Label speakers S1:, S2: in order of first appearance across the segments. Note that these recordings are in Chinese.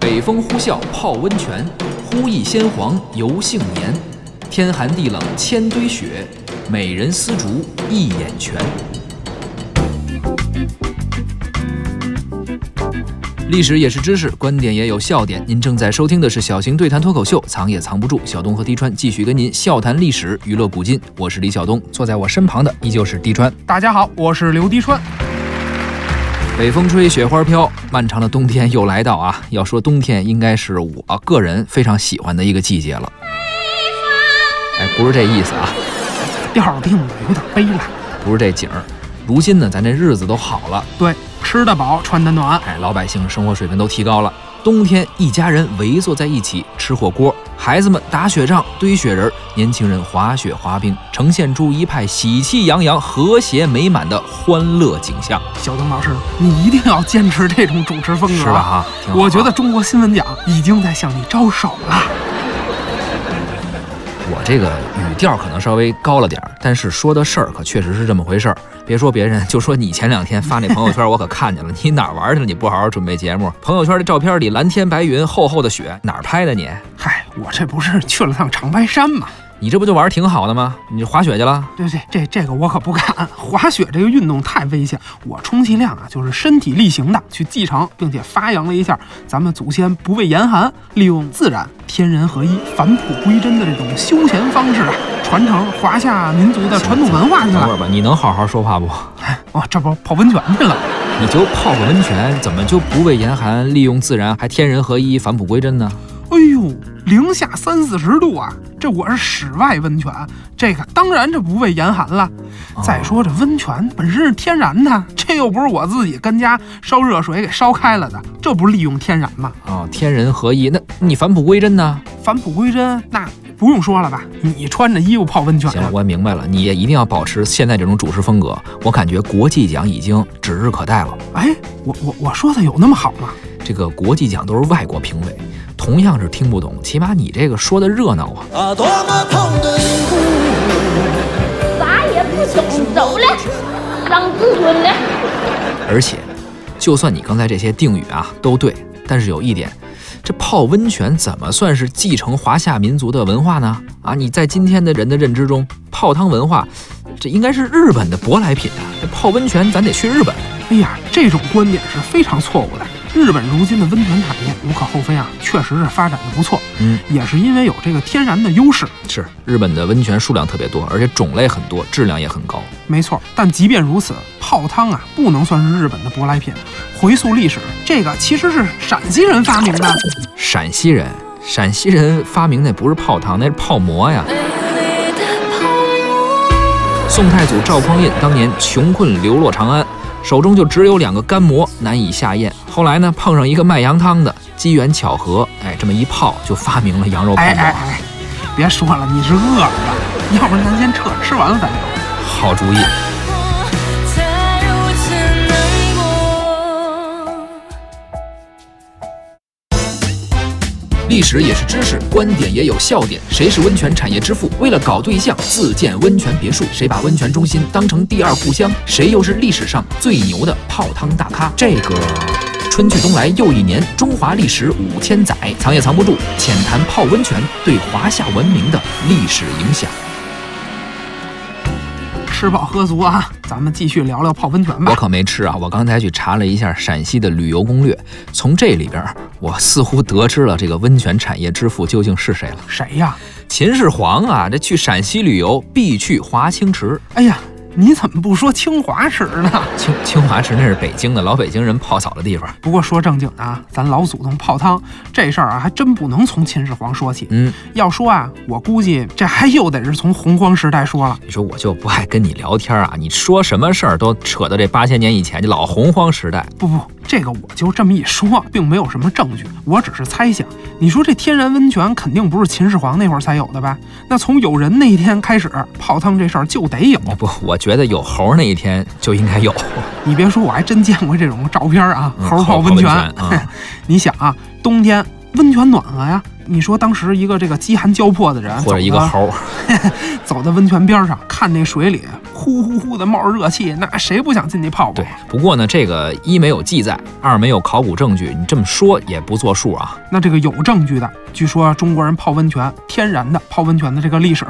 S1: 北风呼啸泡温泉，呼一先皇游杏年。天寒地冷千堆雪，美人丝竹一眼泉。历史也是知识，观点也有笑点。您正在收听的是小型对谈脱口秀，藏也藏不住。小东和滴川继续跟您笑谈历史，娱乐古今。我是李晓东，坐在我身旁的依旧是滴川。
S2: 大家好，我是刘滴川。
S1: 北风吹，雪花飘，漫长的冬天又来到啊！要说冬天，应该是我个人非常喜欢的一个季节了。哎，不是这意思啊，
S2: 调定的有点悲了。
S1: 不是这景儿。如今呢，咱这日子都好了，
S2: 对，吃得饱，穿得暖。
S1: 哎，老百姓生活水平都提高了。冬天，一家人围坐在一起吃火锅，孩子们打雪仗、堆雪人，年轻人滑雪、滑冰，呈现出一派喜气洋洋、和谐美满的欢乐景象，
S2: 小东老师，你一定要坚持这种主持风
S1: 是
S2: 格
S1: 吧？哈，挺好啊
S2: 我觉得中国新闻奖已经在向你招手了。
S1: 我这个语调可能稍微高了点儿，但是说的事儿可确实是这么回事儿。别说别人，就说你前两天发那朋友圈，我可看见了。你哪儿玩去了？你不好好准备节目？朋友圈的照片里蓝天白云，厚厚的雪，哪儿拍的你？
S2: 嗨，我这不是去了趟长白山吗？
S1: 你这不就玩儿挺好的吗？你就滑雪去了？
S2: 对对，这这个我可不敢。 滑雪这个运动太危险，我充其量啊就是身体力行的去继承并且发扬了一下咱们祖先不畏严寒，利用自然天人合一、返璞归真的这种休闲方式啊，传承华夏民族的传统文化去
S1: 等会儿
S2: 了。
S1: 吧，你能好好说话不？
S2: 哇，这不泡温泉去了？
S1: 你就泡个温泉，怎么就不畏严寒，利用自然，还天人合一，返璞归真呢？
S2: 哎呦，零下三四十度啊！这我是室外温泉，这个当然这不畏严寒了。
S1: 哦
S2: 再说这温泉本身是天然的，这又不是我自己跟家烧热水给烧开了的，这不是利用天然吗？
S1: 哦，天人合一，那你返璞归真呢？
S2: 返璞归真，那不用说了吧？你穿着衣服泡温泉
S1: 行了，我明白了，你也一定要保持现在这种主持风格。我感觉国际奖已经指日可待了。
S2: 哎，我我我说的有那么好吗？
S1: 这个国际奖都是外国评委，同样是听不懂，起码你这个说的热闹啊。
S3: 啊，多么痛的领悟！
S4: 啥也不懂，走了，让自尊了。
S1: 而且，就算你刚才这些定语啊都对，但是有一点，这泡温泉怎么算是继承华夏民族的文化呢？啊，你在今天的人的认知中，泡汤文化，这应该是日本的舶来品啊。这泡温泉咱得去日本。
S2: 哎呀，这种观点是非常错误的。日本如今的温泉产业无可厚非啊，确实是发展的不错，
S1: 嗯，
S2: 也是因为有这个天然的优势。
S1: 是日本的温泉数量特别多，而且种类很多，质量也很高。
S2: 没错，但即便如此，泡汤啊不能算是日本的舶来品。回溯历史，这个其实是陕西人发明的。
S1: 陕西人，陕西人发明那不是泡汤，那是泡馍呀。宋太祖赵匡胤当年穷困流落长安，手中就只有两个干馍，难以下咽。后来呢，碰上一个卖羊汤的，机缘巧合，哎，这么一泡就发明了羊肉泡馍。
S2: 哎哎哎，别说了，你是饿了吧？要不然咱先撤，吃完了再聊。
S1: 好主意。
S5: 才如此难过。
S1: 历史也是知识，观点也有笑点。谁是温泉产业之父？为了搞对象，自建温泉别墅。谁把温泉中心当成第二故乡？谁又是历史上最牛的泡汤大咖？这个。春去冬来又一年，中华历史五千载，藏也藏不住。浅谈泡温泉对华夏文明的历史影响。
S2: 吃饱喝足啊，咱们继续聊聊泡温泉
S1: 我
S2: 吧。
S1: 可没吃啊，我刚才去查了一下陕西的旅游攻略，从这里边儿我似乎得知了这个温泉产业之父究竟是谁了。
S2: 谁呀？
S1: 秦始皇啊，这去陕西旅游必去华清池。
S2: 哎呀，你怎么不说清华池呢？
S1: 清清华池那是北京的，老北京人泡澡的地方。
S2: 不过说正经的啊，咱老祖宗泡汤这事儿啊，还真不能从秦始皇说起。
S1: 嗯，
S2: 要说啊，我估计这还又得是从洪荒时代说了。
S1: 你说我就不爱跟你聊天啊，你说什么事儿都扯到这八千年以前，这老洪荒时代。
S2: 不不，这个我就这么一说，并没有什么证据，我只是猜想。你说这天然温泉肯定不是秦始皇那会儿才有的吧？那从有人那一天开始，泡汤这事儿就得有。
S1: 不，我觉得有猴那一天就应该有。
S2: 你别说，我还真见过这种照片啊，
S1: 嗯
S2: 猴
S1: 猴
S2: 泡
S1: 泡
S2: 温
S1: 温
S2: 泉。
S1: 泉嗯
S2: 你想啊，冬天温泉暖和呀。你说当时一个这个饥寒交迫的人，
S1: 或者一个
S2: 走到
S1: 猴，
S2: 走到温泉边上，看那水里呼呼呼的冒着热气，那谁不想进去泡泡啊
S1: 对？，不过呢，这个一没有记载，二没有考古证据，你这么说也不作数啊。
S2: 那这个有证据的，据说中国人泡温泉，天然的泡温泉的这个历史，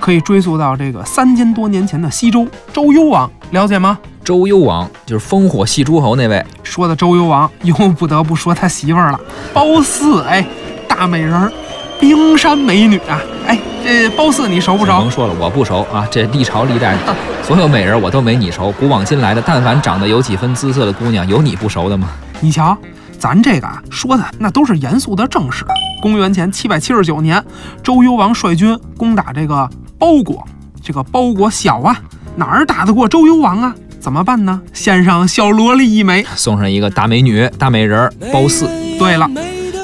S2: 可以追溯到这个三千多年前的西周周幽王，了解吗？
S1: 周幽王就是烽火戏诸侯那位，
S2: 说的周幽王，又不得不说他媳妇儿了，褒姒，哎，大美人儿，冰山美女啊，哎，这褒姒你熟不熟
S1: 甭？说了，我不熟啊。这历朝历代所有美人我都没你熟，古往今来的，但凡长得有几分姿色的姑娘，有你不熟的吗？
S2: 你瞧，咱这个啊说的那都是严肃的正史。公元前七百七十九年，周幽王率军攻打这个包国，这个包国小啊，哪儿打得过周幽王啊？怎么办呢？献上小萝莉一枚。
S1: 送上一个大美女、大美人儿褒姒。
S2: 对了，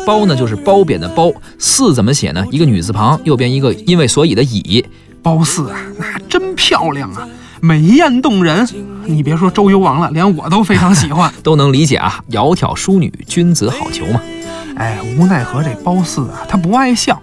S1: 褒呢就是褒贬的褒，姒怎么写呢？一个女字旁，右边一个因为所以的以。
S2: 褒姒啊，那真漂亮啊，美艳动人。你别说周幽王了，连我都非常喜欢。
S1: 都能理解啊，窈窕淑女，君子好逑嘛。
S2: 哎，无奈何这褒姒啊，她不爱笑，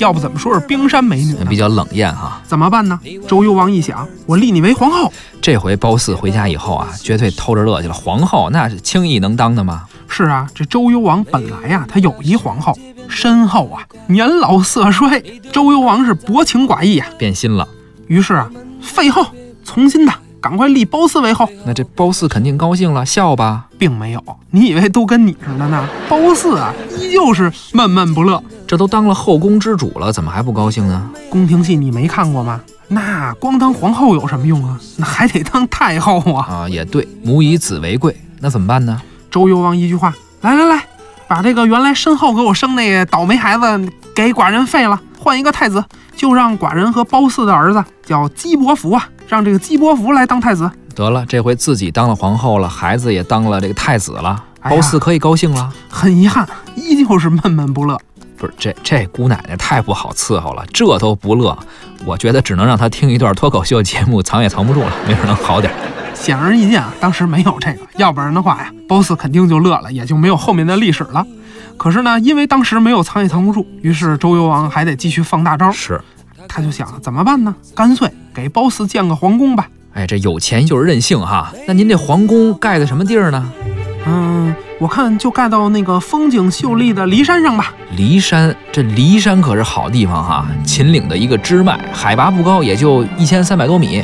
S2: 要不怎么说是冰山美女呢
S1: 比？较冷艳哈、
S2: 怎么办呢？周幽王一想，我立你为皇后，
S1: 这回褒姒回家以后啊，绝对偷着乐去了。皇后那是轻易能当的吗？
S2: 是啊，这周幽王本来呀、他有一皇后，身后啊年老色衰，周幽王是薄情寡义呀、啊
S1: 变心了，
S2: 于是啊，废后从新的，赶快立褒姒为后，
S1: 那这褒姒肯定高兴了，笑吧。
S2: 并没有，你以为都跟你似的呢？褒姒啊，依旧是闷闷不乐。
S1: 这都当了后宫之主了，怎么还不高兴呢？
S2: 宫廷戏你没看过吗？那光当皇后有什么用啊？那还得当太后啊！
S1: 啊，也对，母以子为贵，那怎么办呢？
S2: 周幽王一句话，来来来，把这个原来身后给我生那个倒霉孩子给寡人废了，换一个太子，就让寡人和褒姒的儿子叫姬伯符啊，让这个姬伯符来当太子。
S1: 得了，这回自己当了皇后了，孩子也当了这个太子了，
S2: 哎呀
S1: 褒姒可以高兴了。
S2: 很遗憾，依旧是闷闷不乐。
S1: 不是这这姑奶奶太不好伺候了，这都不乐，我觉得只能让她听一段脱口秀节目，藏也藏不住了，没准能好点。
S2: 显而易见啊，当时没有这个，要不然的话呀，褒姒肯定就乐了，也就没有后面的历史了。可是呢，因为当时没有藏也藏不住，于是周幽王还得继续放大招。
S1: 是，
S2: 他就想怎么办呢？干脆给褒姒建个皇宫吧。
S1: 哎，这有钱就是任性哈。那您这皇宫盖在什么地儿呢？
S2: 嗯，我看就盖到那个风景秀丽的骊山上吧。
S1: 骊山，这骊山可是好地方哈，秦岭的一个支脉，海拔不高，也就一千三百多米。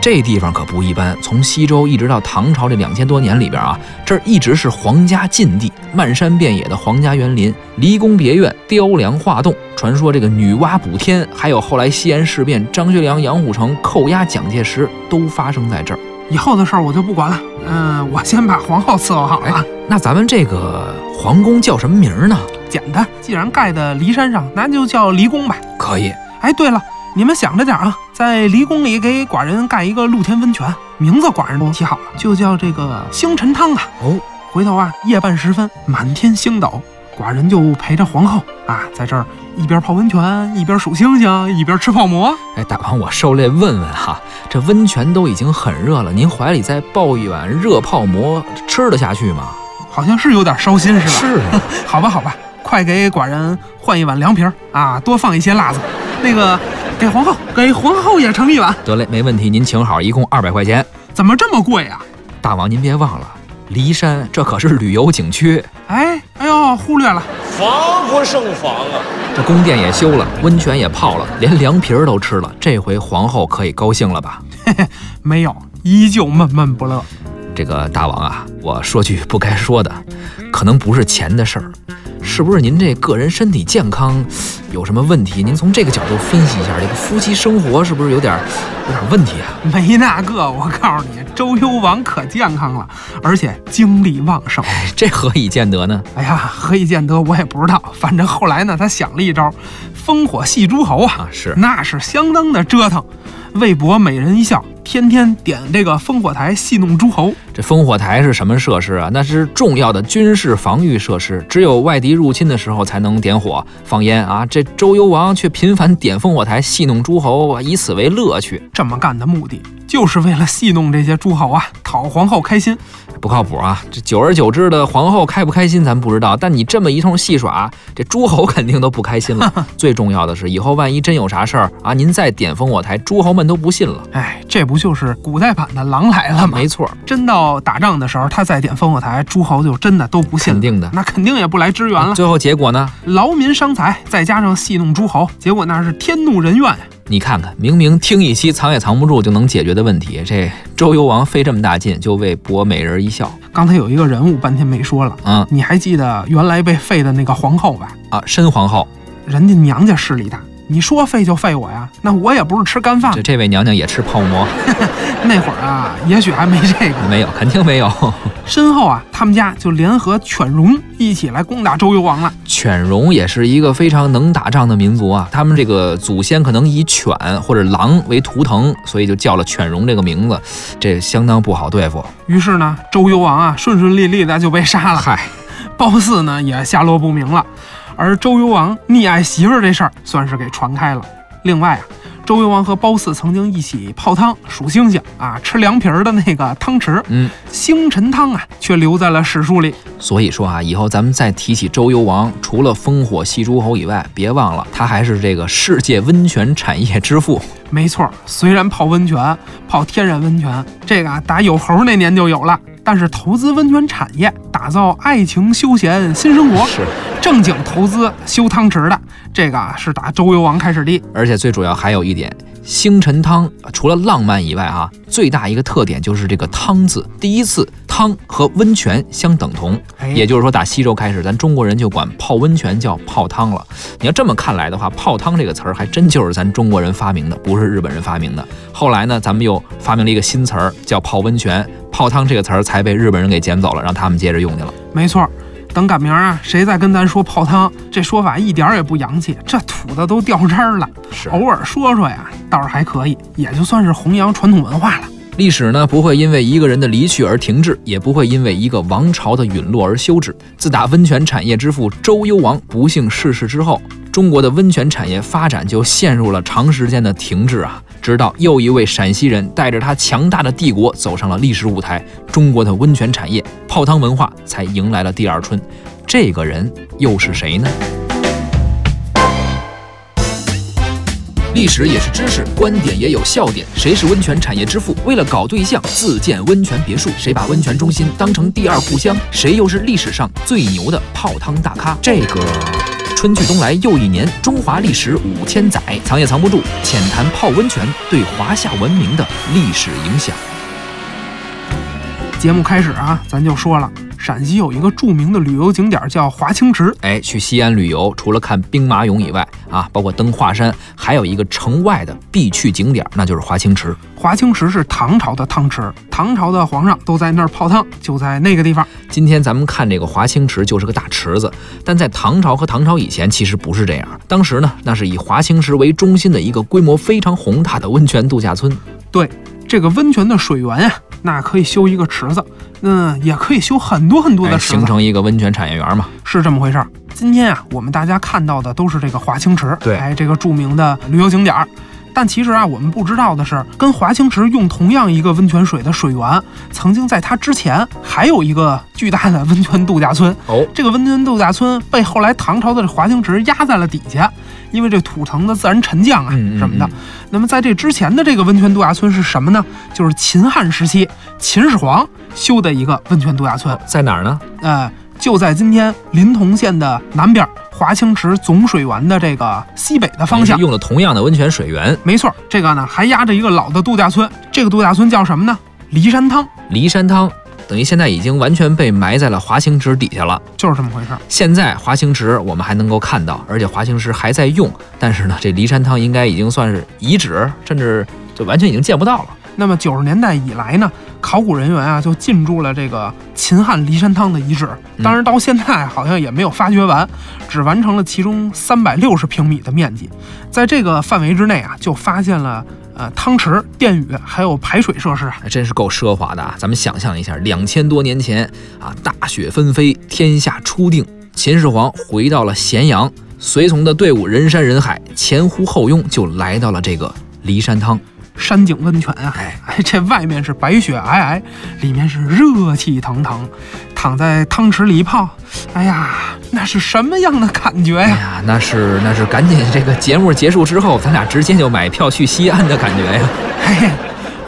S1: 这地方可不一般，从西周一直到唐朝这两千多年里边啊，这儿一直是皇家禁地，漫山遍野的皇家园林，离宫别院，雕梁画栋。传说这个女娲补天，还有后来西安事变，张学良、杨虎城扣押蒋介石，都发生在这儿。
S2: 以后的事儿我就不管了。嗯，我先把皇后伺候好了。啊
S1: 哎，那咱们这个皇宫叫什么名儿呢？
S2: 简单，既然盖在骊山上，那就叫离宫吧。
S1: 可以，
S2: 哎，对了，你们想着点啊，在离宫里给寡人盖一个露天温泉，名字寡人都起好了，就叫这个星辰汤啊。
S1: 哦，
S2: 回头啊，夜半时分，满天星斗，寡人就陪着皇后啊，在这儿一边泡温泉，一边数星星，一边吃泡馍。
S1: 哎，大王，我受累问问哈，这温泉都已经很热了，您怀里再抱一碗热泡馍，吃得下去吗？
S2: 好像是有点烧心是吧？
S1: 啊，
S2: 好吧，好吧，快给寡人换一碗凉皮儿啊，多放一些辣子。那个，给皇后，给皇后也盛一碗。
S1: 得嘞，没问题，您请好，一共二百块钱。
S2: 怎么这么贵啊？
S1: 大王，您别忘了，骊山这可是旅游景区，
S2: 哎，哎呦，忽略了。
S6: 防不胜防啊！
S1: 这宫殿也修了，温泉也泡了，连凉皮儿都吃了，这回皇后可以高兴了吧？
S2: 没有，依旧闷闷不乐。
S1: 这个大王啊，我说句不该说的，可能不是钱的事儿，是不是您这个人身体健康有什么问题？您从这个角度分析一下，这个夫妻生活是不是有点有点问题啊？
S2: 没那个，我告诉你，周幽王可健康了，而且精力旺盛。
S1: 这何以见得呢？
S2: 哎呀，何以见得我也不知道。反正后来呢，他想了一招，烽火戏诸侯啊，
S1: 啊是
S2: 那是相当的折腾。为博美人一笑，天天点这个烽火台戏弄诸侯。
S1: 这烽火台是什么设施啊？那是重要的军事防御设施，只有外敌入侵的时候才能点火放烟啊。这周幽王却频繁点烽火台，戏弄诸侯，以此为乐趣，
S2: 这么干的目的，就是为了戏弄这些诸侯啊，讨皇后开心。
S1: 不靠谱啊！这久而久之的，皇后开不开心咱不知道，但你这么一通戏耍，这诸侯肯定都不开心 了。最重要的是，以后万一真有啥事儿啊，您再点烽火台，诸侯们都不信了。
S2: 哎，这不就是古代版的狼来了吗？
S1: 没错，
S2: 真到打仗的时候，他再点烽火台，诸侯就真的都不信
S1: 肯
S2: 了，
S1: 定的啊
S2: 那肯定也不来支援了。
S1: 最后结果呢？
S2: 劳民伤财，再加上戏弄诸侯，结果那是天怒人怨呀。
S1: 你看看，明明听一期藏也藏不住就能解决的问题，这周幽王费这么大劲就为博美人一笑
S2: 刚才有一个人物半天没说了，
S1: 啊、
S2: 你还记得原来被废的那个皇后吧？
S1: 啊！申皇后，
S2: 人家娘家势力大，你说废就废我呀？那我也不是吃干饭
S1: 这。这位娘娘也吃泡馍？
S2: 那会儿啊，也许还没这个。
S1: 没有，肯定没有。
S2: 身后啊，他们家就联合犬戎一起来攻打周幽王了。
S1: 犬戎也是一个非常能打仗的民族啊，他们这个祖先可能以犬或者狼为图腾，所以就叫了犬戎这个名字，这相当不好对付。
S2: 于是呢，周幽王啊，顺顺利利的就被杀了。
S1: 嗨，
S2: 褒姒呢也下落不明了，而周幽王溺爱媳妇儿这事儿算是给传开了。另外啊，周幽王和褒姒曾经一起泡汤数星星啊，吃凉皮儿的那个汤匙，
S1: 嗯，
S2: 星辰汤啊，却留在了史书里。
S1: 所以说啊，以后咱们再提起周幽王，除了烽火戏诸侯以外，别忘了他还是这个世界温泉产业之父。
S2: 没错儿，虽然泡温泉、泡天然温泉，这个啊打有猴那年就有了，但是投资温泉产业，打造爱情休闲新生活，
S1: 是
S2: 正经投资修汤池的，这个啊是打周幽王开始的。
S1: 而且最主要还有一点，星辰汤除了浪漫以外啊，最大一个特点就是这个“汤”字。第一次，汤和温泉相等同，
S2: 哎
S1: 也就是说，打西周开始，咱中国人就管泡温泉叫泡汤了。你要这么看来的话，“泡汤”这个词儿还真就是咱中国人发明的，不是日本人发明的。后来呢，咱们又发明了一个新词儿，叫泡温泉。泡汤这个词儿才被日本人给捡走了，让他们接着用去了。
S2: 没错儿，等赶明儿啊，谁再跟咱说泡汤，这说法一点儿也不洋气，这土的都掉渣儿了。
S1: 是
S2: 偶尔说说呀，倒是还可以，也就算是弘扬传统文化了。
S1: 历史呢不会因为一个人的离去而停滞，也不会因为一个王朝的陨落而休止。自打温泉产业之父周幽王不幸逝世之后，中国的温泉产业发展就陷入了长时间的停滞啊。直到又一位陕西人带着他强大的帝国走上了历史舞台，中国的温泉产业、泡汤文化才迎来了第二春。这个人又是谁呢？历史也是知识，观点也有笑点。谁是温泉产业之父？为了搞对象，自建温泉别墅。谁把温泉中心当成第二故乡？谁又是历史上最牛的泡汤大咖？这个。春去冬来又一年，中华历史五千载，藏也藏不住。浅谈泡温泉对华夏文明的历史影响。
S2: 节目开始啊，咱就说了，陕西有一个著名的旅游景点儿叫华清池，
S1: 哎，去西安旅游，除了看兵马俑以外，啊，包括登华山，还有一个城外的必去景点，那就是华清池。
S2: 华清池是唐朝的汤池，唐朝的皇上都在那儿泡汤，就在那个地方。
S1: 今天咱们看这个华清池就是个大池子，但在唐朝和唐朝以前其实不是这样。当时呢，那是以华清池为中心的一个规模非常宏大的温泉度假村。
S2: 对，这个温泉的水源呀、那可以修一个池子，嗯，也可以修很多很多的
S1: 哎
S2: 池子
S1: 形，成一个温泉产业园嘛。
S2: 是这么回事儿。今天啊，我们大家看到的都是这个华清池，
S1: 对
S2: 哎，这个著名的旅游景点儿。但其实啊，我们不知道的是，跟华清池用同样一个温泉水的水源，曾经在它之前还有一个巨大的温泉度假村。
S1: 哦，
S2: 这个温泉度假村被后来唐朝的这华清池压在了底下，因为这土层的自然沉降啊
S1: 嗯嗯
S2: 什么的
S1: 嗯。
S2: 那么在这之前的这个温泉度假村是什么呢？就是秦汉时期秦始皇修的一个温泉度假村。
S1: 在哪儿呢？
S2: 呃，就在今天临潼县的南边华清池总水源的这个西北的方
S1: 也
S2: 向
S1: 是。用了同样的温泉水源，
S2: 没错，这个呢还压着一个老的度假村，这个度假村叫什么呢？骊山汤。
S1: 骊山汤。等于现在已经完全被埋在了华清池底下了。
S2: 就是这么回事儿。
S1: 现在华清池我们还能够看到，而且华清池还在用，但是呢，这骊山汤应该已经算是遗址，甚至就完全已经见不到了。
S2: 那么九十年代以来呢，考古人员啊就进驻了这个秦汉骊山汤的遗址，当然到现在啊好像也没有发掘完，只完成了其中三百六十平米的面积，在这个范围之内啊，就发现了呃汤池、殿宇还有排水设施啊。
S1: 还真是够奢华的啊！咱们想象一下，两千多年前啊，大雪纷飞，天下初定，秦始皇回到了咸阳，随从的队伍人山人海，前呼后拥就来到了这个骊山汤。
S2: 山景温泉啊，
S1: 哎
S2: 哎，这外面是白雪皑皑，里面是热气腾腾，躺在汤池里一泡，哎呀，那是什么样的感觉
S1: 哎
S2: 呀？
S1: 呀，那是那是，赶紧这个节目结束之后，咱俩直接就买票去西安的感觉呀！
S2: 嘿 嘿，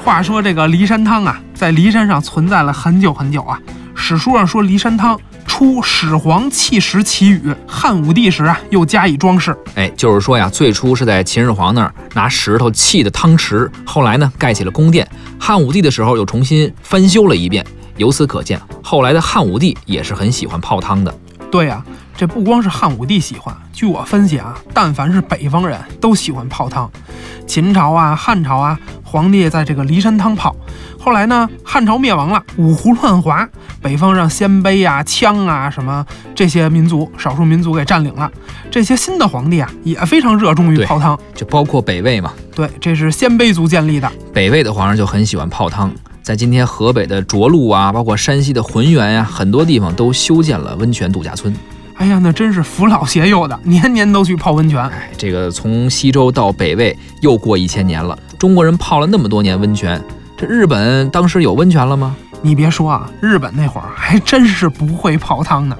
S2: 话说这个骊山汤啊，在骊山上存在了很久很久啊。史书上说骊山汤出始皇弃时其语，汉武帝时啊又加以装饰。
S1: 哎，就是说呀，最初是在秦始皇那儿拿石头砌的汤池，后来呢盖起了宫殿，汉武帝的时候又重新翻修了一遍。由此可见，后来的汉武帝也是很喜欢泡汤的。
S2: 对呀、这不光是汉武帝喜欢，据我分析啊，但凡是北方人都喜欢泡汤。秦朝啊、汉朝啊，皇帝在这个骊山汤泡。后来呢，汉朝灭亡了，五胡乱华，北方让鲜卑啊、羌啊什么这些民族少数民族给占领了。这些新的皇帝啊，也非常热衷于
S1: 对
S2: 泡汤。
S1: 就包括北魏嘛，
S2: 对，这是鲜卑族建立的。
S1: 北魏的皇上就很喜欢泡汤，在今天河北的涿鹿啊，包括山西的浑源呀、很多地方都修建了温泉度假村。
S2: 哎呀，那真是扶老携幼的，年年都去泡温泉。
S1: 哎，这个从西周到北魏又过一千年了，中国人泡了那么多年温泉，这日本当时有温泉了吗？
S2: 你别说啊，日本那会儿还真是不会泡汤呢，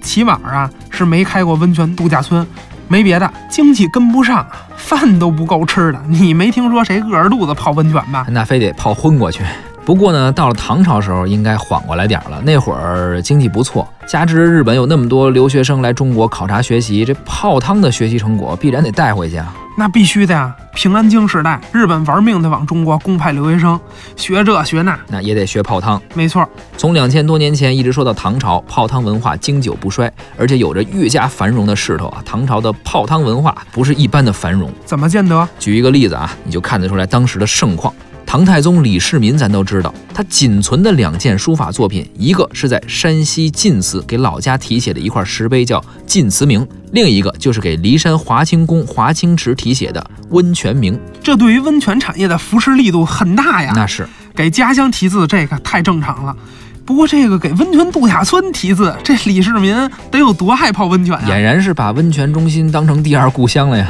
S2: 起码啊是没开过温泉度假村。没别的，经济跟不上，饭都不够吃的。你没听说谁饿着肚子泡温泉吧？
S1: 那非得泡昏过去。不过呢，到了唐朝时候应该缓过来点儿了，那会儿经济不错，加之日本有那么多留学生来中国考察学习，这泡汤的学习成果必然得带回去啊。
S2: 那必须的呀！平安京时代，日本玩命的往中国公派留学生，学这学那。
S1: 那也得学泡汤。
S2: 没错，
S1: 从两千多年前一直说到唐朝，泡汤文化经久不衰，而且有着愈加繁荣的势头啊。唐朝的泡汤文化不是一般的繁荣。
S2: 怎么见得？
S1: 举一个例子啊，你就看得出来当时的盛况。唐太宗李世民，咱都知道，他仅存的两件书法作品，一个是在山西晋祠给老家题写的一块石碑，叫《晋祠铭》；另一个就是给骊山华清宫华清池题写的《温泉铭》。
S2: 这对于温泉产业的扶持力度很大呀！
S1: 那是
S2: 给家乡题字，这个太正常了。不过这个给温泉度假村题字，这李世民得有多爱泡温泉啊
S1: 俨
S2: 呀、
S1: 然是把温泉中心当成第二故乡了呀。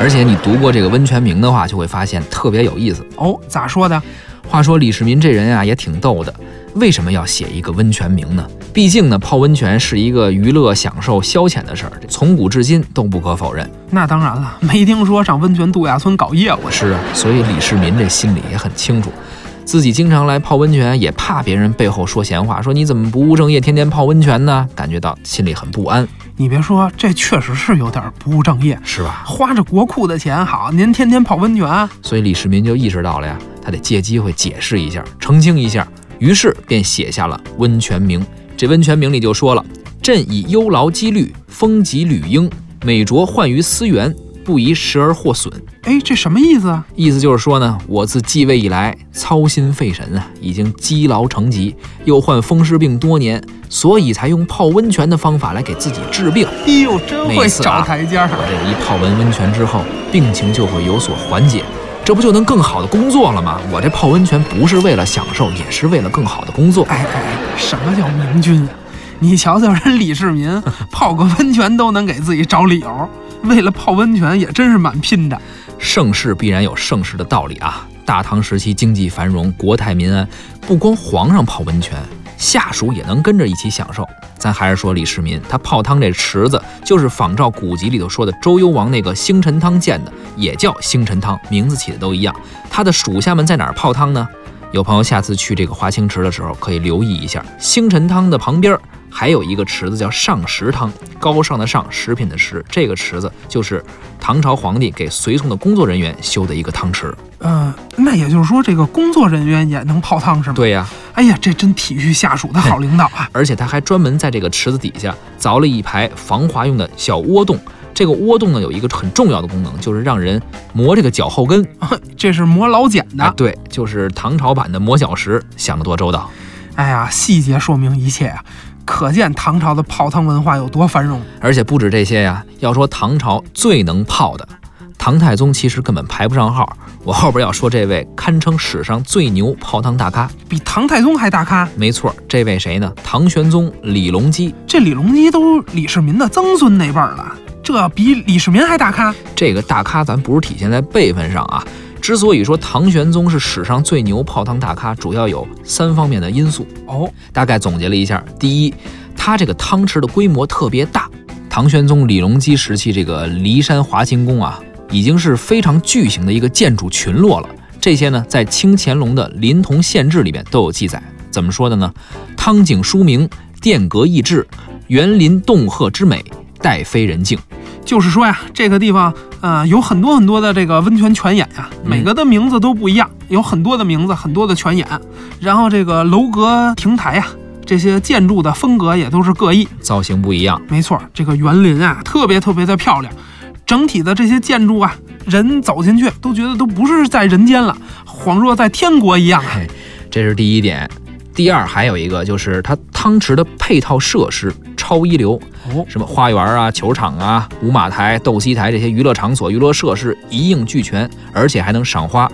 S1: 而且你读过这个《温泉铭》的话，就会发现特别有意思。
S2: 哦，咋说的？
S1: 话说李世民这人啊也挺逗的，为什么要写一个温泉名呢？毕竟呢，泡温泉是一个娱乐、享受、消遣的事儿，从古至今都不可否认。
S2: 那当然了，没听说上温泉度假村搞业务。
S1: 是啊，所以李世民这心里也很清楚，自己经常来泡温泉，也怕别人背后说闲话，说你怎么不务正业，天天泡温泉呢？感觉到心里很不安，
S2: 你别说，这确实是有点不务正业。
S1: 是吧？
S2: 花着国库的钱，好，您天天泡温泉，
S1: 所以李世民就意识到了呀，他得借机会解释一下、澄清一下，于是便写下了《温泉铭》。这《温泉铭》里就说了：“朕以忧劳积虑，风疾履英，每酌患于思源，不宜时而获损。”
S2: 哎，这什么意思啊？
S1: 意思就是说呢，我自继位以来操心费神啊，已经积劳成疾，又患风湿病多年，所以才用泡温泉的方法来给自己治病。
S2: 哎呦，真会
S1: 每次啊
S2: 找台阶儿。
S1: 我这一泡完温泉之后，病情就会有所缓解，这不就能更好的工作了吗？我这泡温泉不是为了享受，也是为了更好的工作。
S2: 哎哎，什么叫明君呀、啊你瞧瞧人李世 民，泡个温泉都能给自己找理由，为了泡温泉也真是蛮拼的。
S1: 盛世必然有盛世的道理啊！大唐时期经济繁荣，国泰民安，不光皇上泡温泉，下属也能跟着一起享受。咱还是说李世民，他泡汤这池子就是仿照古籍里头说的周幽王那个星辰汤建的，也叫星辰汤，名字起的都一样。他的属下们在哪儿泡汤呢？有朋友下次去这个华清池的时候，可以留意一下，星辰汤的旁边儿还有一个池子叫上食汤，高尚的上，食品的食。这个池子就是唐朝皇帝给随从的工作人员修的一个汤池。
S2: 嗯，那也就是说，这个工作人员也能泡汤是吗？
S1: 对呀、
S2: 哎呀，这真体育下属的好领导啊！
S1: 而且他还专门在这个池子底下凿了一排防滑用的小窝洞。这个窝洞呢，有一个很重要的功能，就是让人磨这个脚后跟。
S2: 哎 这是磨老茧的。
S1: 哎，对，就是唐朝版的磨脚石，想得多周到。
S2: 哎呀，细节说明一切啊，可见唐朝的泡汤文化有多繁荣。
S1: 而且不止这些呀，要说唐朝最能泡的，唐太宗其实根本排不上号。我后边要说这位堪称史上最牛泡汤大咖，
S2: 比唐太宗还大咖，
S1: 没错，这位谁呢？唐玄宗李隆基。
S2: 这李隆基都李世民的曾孙那辈儿了，这比李世民还大咖。
S1: 这个大咖咱不是体现在辈分上啊。之所以说唐玄宗是史上最牛泡汤大咖，主要有三方面的因素。
S2: 哦，
S1: 大概总结了一下，第一，它这个汤池的规模特别大。唐玄宗李隆基时期，这个骊山华清宫啊，已经是非常巨型的一个建筑群落了。这些呢，在清乾隆的《临潼县志》里面都有记载。怎么说的呢？汤景殊明，殿阁异致，园林洞壑之美，殆非人境。
S2: 就是说呀，这个地方，呃，有很多很多的这个温泉泉眼呀、每个的名字都不一样，有很多的名字，很多的泉眼，然后这个楼阁、亭台呀、这些建筑的风格也都是各异。
S1: 造型不一样，
S2: 没错，这个园林啊，特别特别的漂亮，整体的这些建筑啊，人走进去都觉得都不是在人间了，恍若在天国一样啊。
S1: 哎，这是第一点。第二，还有一个就是它汤池的配套设施超一流，
S2: 哦，
S1: 什么花园啊、球场啊、舞马台、斗西台这些娱乐场所、娱乐设施一应俱全，而且还能赏花，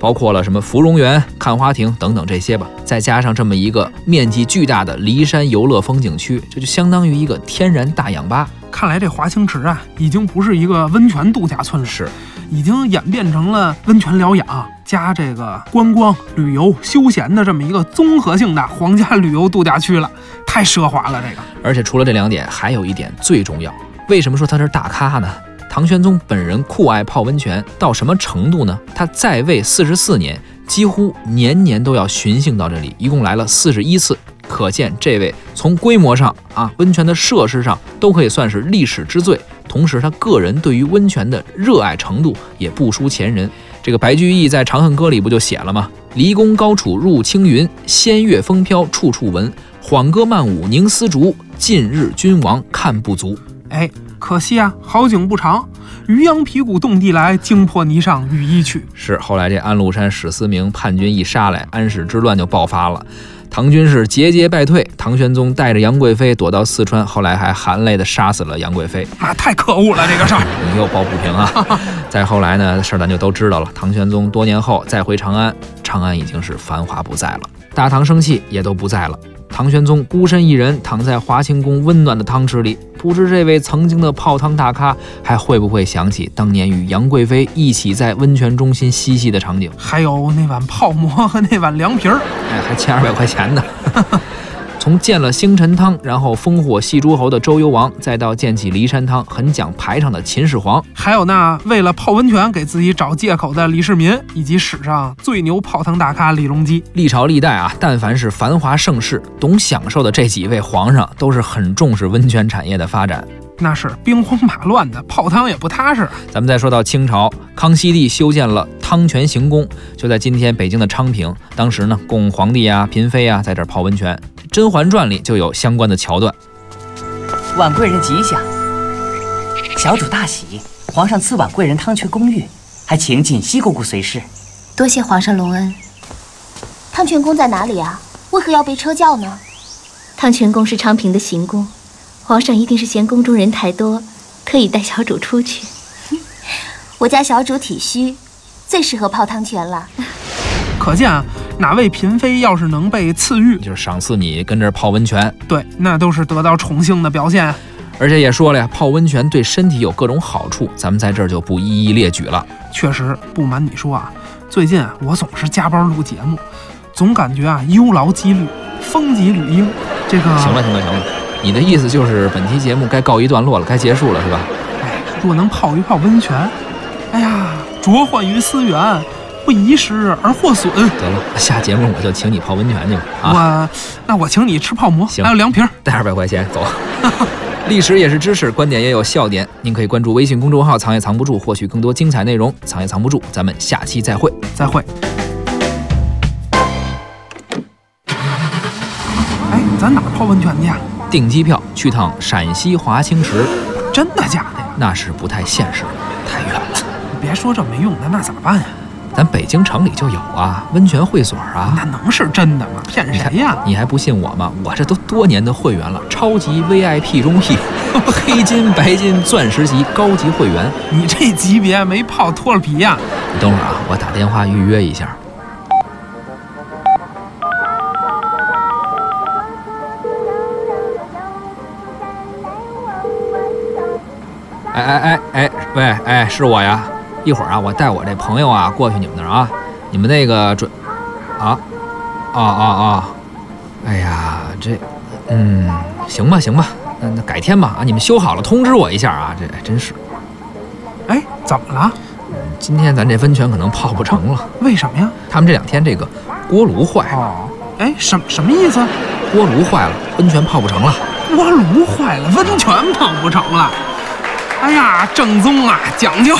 S1: 包括了什么芙蓉园、看花亭等等这些吧。再加上这么一个面积巨大的骊山游乐风景区，这就相当于一个天然大氧吧。
S2: 看来这华清池啊，已经不是一个温泉度假村了，
S1: 是，
S2: 已经演变成了温泉疗养啊加这个观光旅游休闲的这么一个综合性的皇家旅游度假区了，太奢华了这个。
S1: 而且除了这两点，还有一点最重要。为什么说他是大咖呢？唐玄宗本人酷爱泡温泉到什么程度呢？他在位四十四年，几乎年年都要巡幸到这里，一共来了四十一次。可见这位从规模上啊，温泉的设施上都可以算是历史之最。同时，他个人对于温泉的热爱程度也不输前人。这个白居易在《长恨歌》里不就写了吗？离宫高处入青云，仙乐风飘处处闻。缓歌曼舞凝丝竹，近日君王看不足。
S2: 哎，可惜啊，好景不长，渔阳鼙鼓动地来，惊破霓裳羽衣曲。
S1: 是后来这安禄山史思明叛军一杀来，安史之乱就爆发了，唐军是节节败退。唐玄宗带着杨贵妃躲到四川，后来还含泪的杀死了杨贵妃。
S2: 啊，太可恶了这个事儿。
S1: 你又抱不平啊！再后来呢，事儿咱就都知道了。唐玄宗多年后再回长安，长安已经是繁华不再了，大唐生气也都不在了。唐玄宗孤身一人躺在华清宫温暖的汤池里，不知这位曾经的泡汤大咖还会不会想起当年与杨贵妃一起在温泉中心嬉戏的场景？
S2: 还有那碗泡馍和那碗凉皮儿，
S1: 哎，还欠二百块钱呢。 从建了星辰汤，然后烽火戏诸侯的周幽王，再到建起骊山汤很讲排场的秦始皇，
S2: 还有那为了泡温泉给自己找借口的李世民，以及史上最牛泡汤大咖李隆基。
S1: 历朝历代啊，但凡是繁华盛世、懂享受的这几位皇上，都是很重视温泉产业的发展。
S2: 那是兵荒马乱的，泡汤也不踏实。
S1: 咱们再说到清朝，康熙帝修建了汤泉行宫，就在今天北京的昌平。当时呢，供皇帝啊、嫔妃啊在这儿泡温泉，《甄嬛传》里就有相关的桥段。
S7: 婉贵人吉祥，小主大喜，皇上赐婉贵人汤泉公寓，还请锦溪姑姑随侍。
S8: 多谢皇上隆恩。
S4: 汤泉宫在哪里啊？为何要被车叫呢？
S8: 汤泉宫是昌平的行宫，皇上一定是嫌宫中人太多，特意带小主出去。
S4: 我家小主体虚，最适合泡汤泉了。
S2: 可见啊，哪位嫔妃要是能被赐予，
S1: 就是赏赐你跟这儿泡温泉，
S2: 对，那都是得到宠幸的表现。
S1: 而且也说了呀，泡温泉对身体有各种好处，咱们在这儿就不一一列举了。
S2: 确实，不瞒你说啊，最近啊，我总是加班录节目，总感觉啊忧劳积虑，风疾吕英。这个
S1: 行了，行了，行了，你的意思就是本期节目该告一段落了，该结束了是吧？
S2: 哎，若能泡一泡温泉，哎呀，浊患于思源，不会遗失而获损。
S1: 得了，下节目我就请你泡温泉去吧。啊，
S2: 我，那我请你吃泡馍，
S1: 行
S2: 还有凉皮儿。
S1: 带二百块钱走。历史也是知识，观点也有笑点。您可以关注微信公众号“藏也藏不住”，获取更多精彩内容。藏也藏不住，咱们下期再会。
S2: 再会。哎，咱哪儿泡温泉去呀？啊
S1: 订机票去趟陕西华清池，
S2: 真的假的呀？
S1: 那是不太现实，太远了。
S2: 你别说这没用的，那咋办呀？
S1: 咱北京城里就有啊，温泉会所啊。
S2: 那能是真的吗？骗谁 呀？
S1: 你还不信我吗？我这都多年的会员了，超级 VIP 中 P，黑金、白金、钻石级高级会员。
S2: 你这级别没泡脱了皮呀？
S1: 你等会儿啊，我打电话预约一下。哎哎哎哎，喂哎，是我呀！一会儿啊，我带我这朋友啊过去你们那儿啊，你们那个准啊啊啊啊！哎呀，这嗯，行吧行吧，那那改天吧啊，你们修好了通知我一下啊，这真是
S2: 哎，怎么了？
S1: 今天咱这温泉可能泡不成了。
S2: 为什么呀？
S1: 他们这两天这个锅炉坏了，
S2: 哦，哎，什什么意思？
S1: 锅炉坏了，温泉泡不成了。
S2: 锅炉坏了，温泉泡不成了。哎呀，正宗啊，讲究。